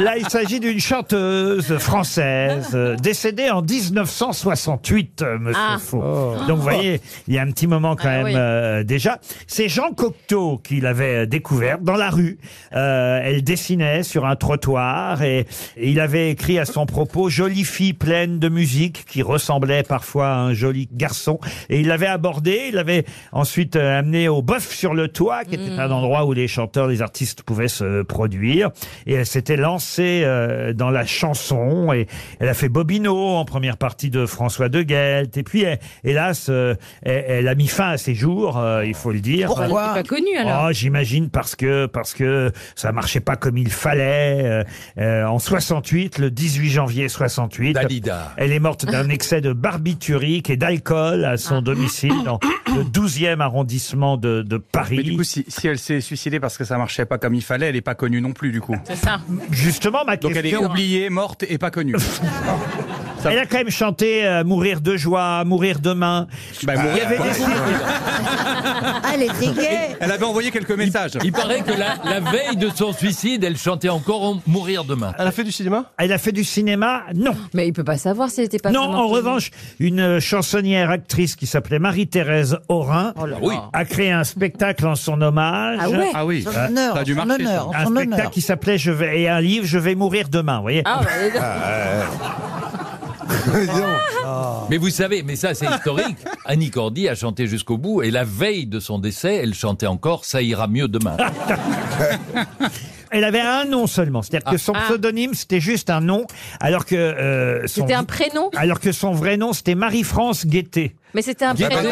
Là, il s'agit d'une chanteuse française euh, décédée en 1968, euh, Monsieur Ah. Faux. Donc, vous voyez, il y a un petit moment quand même oui. euh, déjà. C'est Jean Cocteau qui l'avait euh, découverte dans la rue. Euh, elle dessinait sur un trottoir et, et il avait écrit à son propos « Jolie fille pleine de musique qui ressemblait parfois à un joli garçon ». Et il l'avait abordée, il l'avait ensuite euh, amenée au Boeuf sur le Toit, qui était un endroit où les chanteurs, les artistes pouvaient se produire. Et elle s'était lancée euh, dans la chanson et elle a fait Bobino en première partie de François de Guelte. Et puis, elle- hélas, euh, elle, elle a mis fin à ses jours, euh, il faut le dire. Elle n'était pas connue alors. Oh, j'imagine parce que parce que ça marchait pas comme il fallait. Euh, euh, en 68, le 18 janvier 68, Dalida. elle est morte d'un excès de barbiturique et d'alcool à Ah. son domicile dans le 12e arrondissement de, de Mais du Paris. coup, si, si elle s'est suicidée parce que ça marchait pas comme il fallait, elle est pas connue non plus, du coup. C'est ça. Justement, ma Donc elle est question. oubliée, morte et pas connue. Elle, a quand même chanté euh, Mourir de joie, Mourir demain. Bah, mourir, Il y avait quoi. des Elle était gaie. Elle avait envoyé quelques messages. Il paraît que la, la veille de son suicide, elle chantait encore on- Mourir demain. Elle a fait du cinéma Elle a fait du cinéma Non. Mais il peut pas savoir si elle était pas Non, vraiment en connue. revanche, une euh, chansonnière actrice qui s'appelait Marie-Thérèse Aurin oui. a créé un spectacle en son hommage. Oh Ah ouais Ah oui, Son ça honneur, a dû son marcher. ça. honneur, Un son spectacle honneur. qui s'appelait Je vais et un livre Je vais mourir demain, vous voyez. Ah, ouais. Mais vous savez, mais ça c'est historique. Annie Cordy a chanté jusqu'au bout et la veille de son décès, elle chantait encore Ça ira mieux demain. Ah, Elle avait un nom seulement, c'est-à-dire que son Ah. pseudonyme c'était juste un nom, alors que euh, son C'était un prénom, alors que son vrai nom c'était Marie-France Guettet. mais c'était un prénom.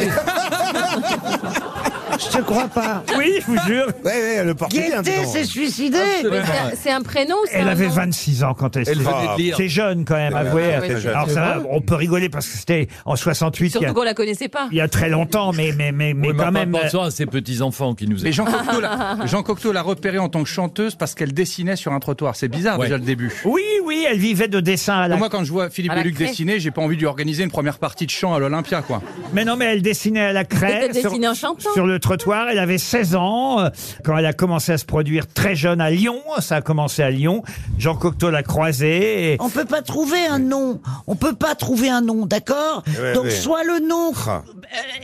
Je te crois pas. Oui, je vous jure. Ouais, ouais, le portugais. Gaieté s'est Ah, suicidée. Mais c'est un- C'est un prénom ou c'est Elle un avait nom 26 ans quand elle s'est Elle venait de lire. C'est jeune quand même, avouez. oui, c'est Alors ça, on peut rigoler parce que c'était en 68, il y, Surtout a, qu'on la connaissait pas. il y a très longtemps, mais mais mais, mais Oui, mais quand en même. euh, pensant à ses petits enfants qui nous Mais écoutent. Jean Cocteau, l'a, Jean Cocteau l'a repérée en tant que chanteuse parce qu'elle dessinait sur un trottoir. C'est bizarre Ouais. déjà le début. euh, Oui, oui, elle vivait de dessin à la. Moi, quand je vois Philippe À la Luc craie. dessiner, j'ai pas envie de lui organiser une première partie de chant à l'Olympia, quoi. Mais non, mais elle dessinait à la craie. Elle dessinait en chantant. sur le trottoir. Elle avait 16 ans euh, quand elle a commencé à se produire très jeune à Lyon. Ça a commencé à Lyon. Jean Cocteau l'a croisée. Ah et- On peut pas trouver un nom. On peut pas trouver un nom, d'accord Ouais, Donc ouais. soit le nom euh, Ah.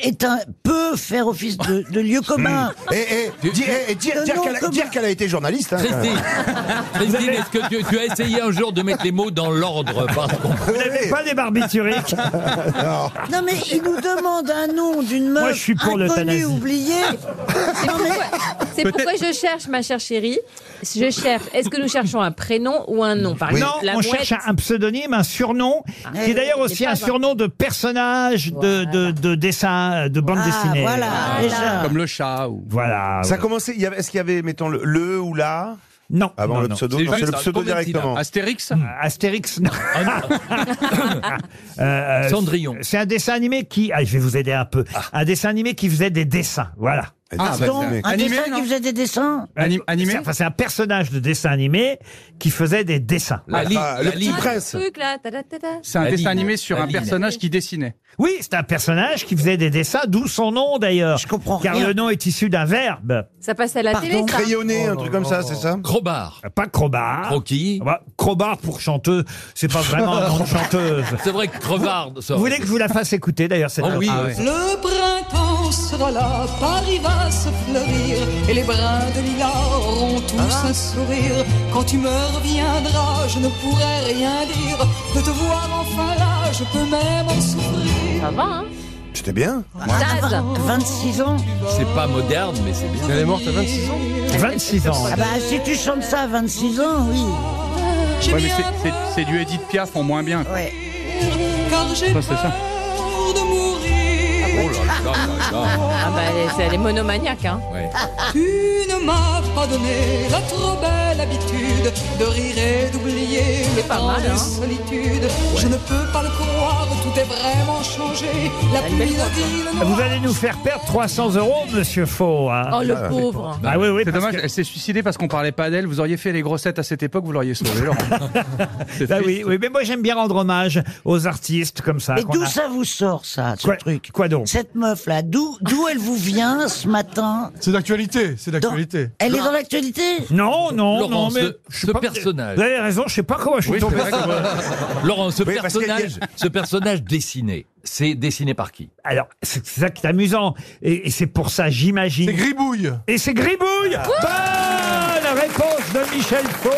est un peut faire office de, de lieu commun. Et, Ah. dire, Le dire nom qu'elle a, commun. dire qu'elle a été journaliste. hein. Christine, Christine, est-ce que tu, tu as essayé un jour de mettre les mots dans l'ordre parce qu'on- Vous n'avez pas des barbituriques Non mais il nous demande un nom d'une meuf Moi, je suis pour l'euthanasie. inconnue, oubliée. C'est pourquoi, c'est pourquoi je cherche, ma chère chérie. Je cherche. Est-ce que nous cherchons un prénom ou un nom Par Ah Non, exemple, la on mouette. cherche un, un pseudonyme, un surnom, Ah, qui est d'ailleurs mais aussi pas un dans- surnom de personnage de, de, de dessin, de bande Ah, dessinée. voilà, déjà. Comme le chat ou. Voilà. Ça a commencé. il y avait- Est-ce qu'il y avait, mettons, le, le ou la Non. Avant le pseudo C'est Non, C'est juste le un pseudo Pomentina. directement. Astérix Astérix, non. Euh, Ah, Cendrillon. C'est un dessin animé qui. Ah, je vais vous aider un peu. Un dessin animé qui faisait des dessins. Voilà. Ah, bah, Donc, c'est- un Animé, dessin non qui faisait des dessins. Anim- animé C'est- Enfin, c'est un personnage de dessin animé qui faisait des dessins. La ligne, Ah, le la petit ligne. Ah, prince. le truc, là, ta, ta, ta, ta. C'est un La dessin ligne. animé sur La un ligne. personnage qui dessinait. Oui, c'est un personnage qui faisait des dessins, d'où son nom d'ailleurs. Je comprends Car rien. le nom est issu d'un verbe. Ça passe à la Pardon, télé, ça. Crayonné, un truc comme ça, c'est ça Crobard. Pas crobard. Croquis. Ah bah, crobard pour chanteuse, c'est pas vraiment un nom de chanteuse. C'est vrai que crevard. ça- Vous voulez que je vous la fasse écouter d'ailleurs cette Oh oui. Ah, ouais. Le printemps sera là, Paris va se fleurir, et les brins de lilas auront Ah. tous un sourire. Quand tu me reviendras, je ne pourrai rien dire. De te voir enfin là, je peux même en souffrir. Ça va, hein C'était bien. Zaz. 26 ans. C'est pas moderne, mais c'est bien. Elle est morte à 26 ans. 26 ans. Ah bah si tu chantes ça à 26 ans, oui. J'ai Ouais, mais bien c'est- c'est- c'est du Edith Piaf en moins bien. Ouais. peur, car j'ai Ça, c'est ça. peur de mourir. Oh là là là là. Ah bah, elle est, c'est- elle est monomaniaque, hein. Ouais. Ah Tu ne m'as pas donné la trop belle habitude de rire et d'oublier le pas temps mal, de hein. solitude. Je ne peux pas le croire, tout est vraiment changé. La pluie, la ville, le Vous noir. allez nous faire perdre 300 euros, monsieur Faux. hein. Oh, le pauvre. Ah oui, oui, C'est parce dommage, que- elle s'est suicidée parce qu'on parlait pas d'elle. Vous auriez fait les grossettes à cette époque, vous l'auriez sauvée, Laurent. C'est Bah triste. oui, oui, mais moi j'aime bien rendre hommage aux artistes comme ça. Mais Ah, qu'on d'où a- ça vous sort ça, ce Quoi- truc quoi donc Cette meuf là, d'où d'où elle vous vient ce matin C'est d'actualité, c'est Dans- d'actualité. Elle est dans l'actualité Non, non, non, Laurence, mais ce- je sais ce pas- personnage. Vous avez raison, je sais pas comment je suis Oui, c'est tombé. vrai que moi- Laurent, ce Oui, parce qu'il y a- personnage, ce personnage dessiné, c'est dessiné par qui Alors, c'est ça qui est amusant, et, et c'est pour ça, j'imagine. C'est gribouille. Et c'est Gribouille Bonne réponse de Michel Faux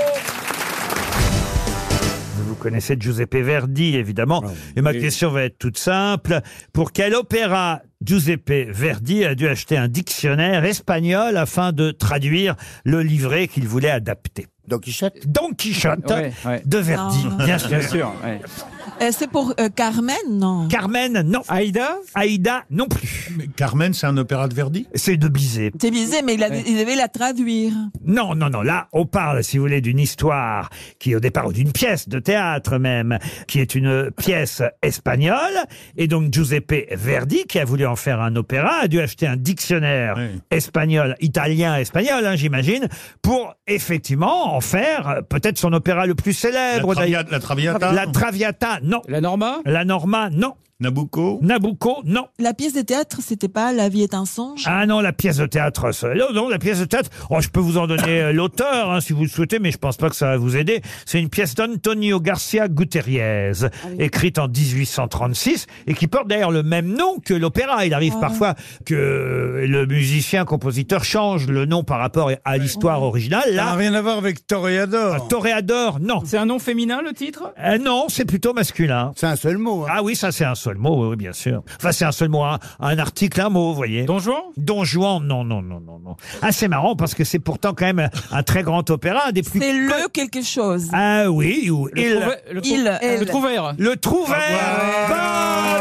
Vous connaissez Giuseppe Verdi, évidemment. Et ma question va être toute simple. Pour quel opéra Giuseppe Verdi a dû acheter un dictionnaire espagnol afin de traduire le livret qu'il voulait adapter Don Quichotte Don Quichotte Ouais, ouais. de Verdi, bien sûr. Bien sûr. ouais. c'est pour euh, Carmen, non Carmen, non. Aïda Aïda, non plus. Mais Carmen, c'est un opéra de Verdi C'est de Bizet. C'est visé, mais il, a- il devait la traduire. Non, non, non. Là, on parle, si vous voulez, d'une histoire qui, au départ, ou d'une pièce de théâtre même, qui est une pièce espagnole. Et donc, Giuseppe Verdi, qui a voulu en faire un opéra, a dû acheter un dictionnaire Oui. espagnol, italien, espagnol, hein, j'imagine, pour effectivement en faire euh, peut-être son opéra le plus La, Eh, célèbre. Travia- d'ailleurs. la Traviata La Traviata, non. La Norma La Norma, non. Nabucco Nabucco, non. La pièce de théâtre, c'était pas La vie est un songe Ah non, la pièce de théâtre. ça- Non, non, la pièce de théâtre. Oh, je peux vous en donner euh, l'auteur hein, si vous le souhaitez, mais je pense pas que ça va vous aider. C'est une pièce d'Antonio Garcia Gutierrez, écrite en 1836 et qui porte d'ailleurs le même nom que l'opéra. Il arrive Ah. parfois que le musicien compositeur change le nom par rapport à l'histoire originale. Ça n'a Là, rien à voir avec Ah, Toréador. Toréador, non. Ah, C'est un nom féminin le titre Euh, non, c'est plutôt masculin. C'est un seul mot. hein. Ah oui, ça c'est un seul mot, oui, oui, bien sûr. Enfin, c'est un seul mot, un, un article, un mot, vous voyez. Don Juan Don Juan, non, non, non, non, non. Ah, c'est marrant parce que c'est pourtant quand même un très grand opéra, un des plus. C'est le quelque chose. Ah oui, ou Le il. trouvé- le trou- Il, Le elle. trouvère. Le trouvert.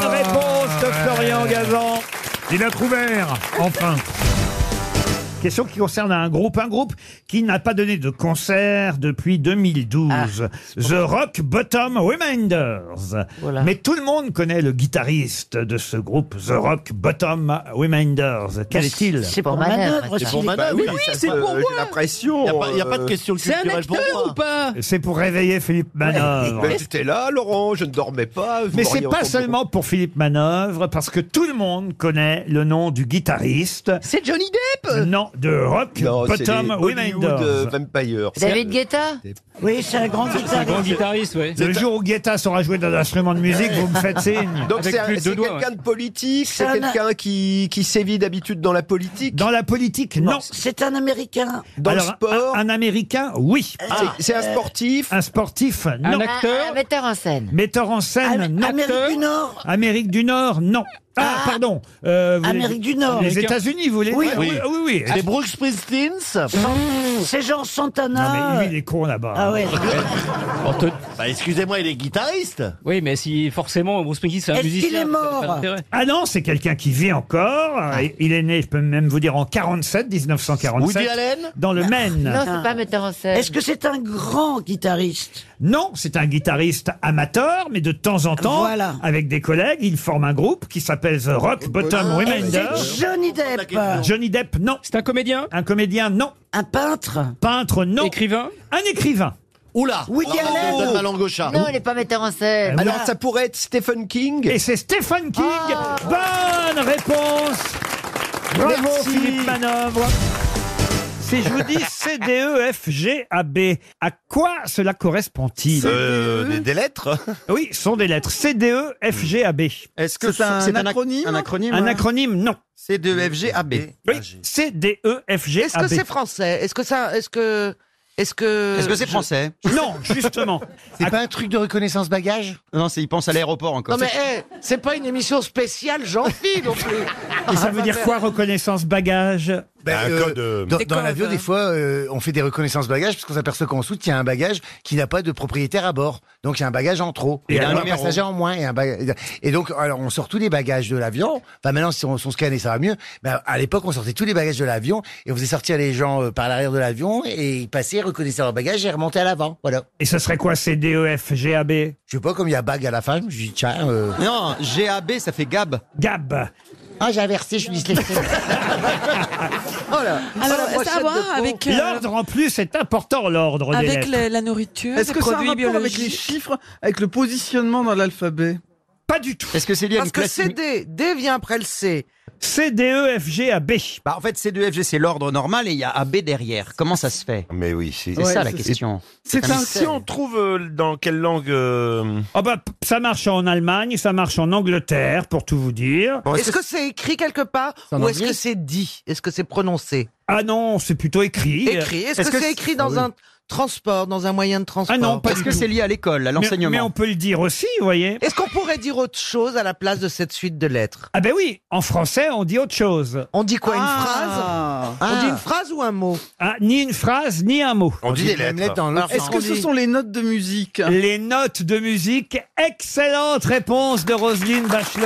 Bonne réponse de Florian Gazan. Il a trouvé, enfin. Question qui concerne un groupe, un groupe qui n'a pas donné de concert depuis 2012. The Rock Bottom Reminders. Voilà. Mais tout le monde connaît le guitariste de ce groupe, The Rock Bottom Reminders. Quel est-il pour manœuvre. Bah C'est aussi. pour Madame. oui, c'est pour J'ai l'impression. Il Il n'y a, pas de question C'est un culturelle pour acteur ou moi. pas C'est pour réveiller Philippe Manœuvre. Ben, J'étais là, Laurent, je ne dormais pas. vous Mais c'est m'auriez pas entendu. seulement pour Philippe Manœuvre, parce que tout le monde connaît le nom du guitariste. C'est Johnny Depp Non, de rock Non, c'est les Bottom Hollywood euh, Reminders. Vampire. David Guetta Oui, c'est un grand Grand guitariste. guitariste, ouais. Le jour où Guetta saura jouer d'un instrument de musique, vous me faites signe. Donc Avec c'est un- plus de c'est doigts, quelqu'un de politique, c'est Ça n'a- quelqu'un qui, qui sévit d'habitude dans la politique, Dans la politique, non. C'est un Américain. dans Alors, le sport. Un, un Américain, oui. C'est- c'est un sportif. Un sportif, Un non. acteur metteur en scène. Metteur en scène, non. Amérique du Nord. Amérique du Nord, non. Ah, pardon. euh, vous voulez- Amérique du Nord. Les États-Unis, vous voulez Oui. oui, oui. oui. C'est Brooks Springsteen C'est Jean Non, Santana. Ah, mais lui, il est con là-bas. Ah ouais. Bah, excusez-moi, il est guitariste. Oui, mais si forcément Bruce Springsteen c'est un Est-ce qu'il musicien. est ça n'a pas mort d'intérêt. Ah non, c'est quelqu'un qui vit encore. Il est né, je peux même vous dire, en 47, 1947. Woody Allen Dans le Maine. c'est pas metteur en scène. Est-ce que c'est un grand guitariste Non, c'est un guitariste amateur, mais de temps en temps, Voilà. avec des collègues, il forme un groupe qui s'appelle The Rock Bottom Remender. C'est Johnny Depp. Johnny Depp, non. C'est un comédien Un comédien, non. Un peintre Peintre, non. Écrivain Un écrivain. Oula Woody Ah, Allen. on donne ma langue au chat. il n'est pas metteur en scène. Alors ça pourrait être Stephen King. Et c'est Stephen King. Bonne réponse. Bravo Merci. Philippe Manœuvre. Si je vous dis C, D, E, F, G, A, B, à quoi cela correspond-il Euh, des, des lettres Oui, ce sont des lettres. C, D, E, F, G, A, B. Est-ce que c'est un, acronyme Un acronyme, non. C'est de FGAB. Oui, C, D, E, F, G, A, B. français Est-ce que ça Est-ce que Est-ce que Est-ce que c'est français Non, justement. C'est pas un truc de reconnaissance bagage Non, c'est il pense à l'aéroport encore. eh, c'est pas une émission spéciale Jean-Philippe non plus. Et ça veut dire quoi, reconnaissance bagage Un code. euh, Dans, Des dans codes, l'avion, hein. des fois, euh, on fait des reconnaissances bagages parce qu'on s'aperçoit qu'en soute, il y a un bagage qui n'a pas de propriétaire à bord. Donc, il y a un bagage en trop. Et Et, un un, numéro. passager en moins. Et, un baga- et donc, alors, on sort tous les bagages de l'avion. Enfin, maintenant, si on, si on scanne et ça va mieux. Mais à l'époque, on sortait tous les bagages de l'avion et on faisait sortir les gens euh, par l'arrière de l'avion et ils passaient, reconnaissaient leurs bagages et remontaient à l'avant. Voilà. Et ce serait quoi C, D, E, F, G, A, B Je sais pas, comme il y a bag à la fin, je me dis, tiens. euh. Non, GAB, ça fait GAB. Gab. Ah, j'ai inversé, je suis dyslexique. Alors, ça a à voir avec, euh, L'ordre en plus est important, l'ordre des avec lettres. le- la nourriture, les produits biologiques. chiffres, avec le positionnement dans l'alphabet Pas du tout. Est-ce que c'est lié à Parce une que classe imi- CD, D vient après le C. C, D, E, F, G, A, B. Bah, en fait, C2FG, c'est l'ordre normal et il y a AB derrière. Comment ça se fait Mais oui, c'est Ouais, ça la c'est- question. C'est un si mystère. on trouve euh, dans quelle langue euh, Ah bah, p- ça marche en Allemagne, ça marche en Angleterre, pour tout vous dire. Est-ce que c'est écrit quelque part C'est en ou est-ce anglais que c'est dit Est-ce que c'est prononcé Ah non, c'est plutôt écrit. Écrit. Est-ce Est-ce que, que c'est c'est- écrit Ah dans oui. un transport, dans un moyen de transport Ah non, pas du tout. l'école, à Mais- l'enseignement. Mais, on peut le dire aussi, vous voyez. Est-ce qu'on pourrait dire autre chose à la place de cette suite de lettres Ah ben oui, en français, on dit autre chose. On dit quoi, une Ah. phrase On dit une phrase ou un mot Ah, ni une phrase, ni un mot. On dit des lettres. Est-ce que ce sont les notes de musique Les notes de musique. Excellente réponse de Roselyne Bachelot.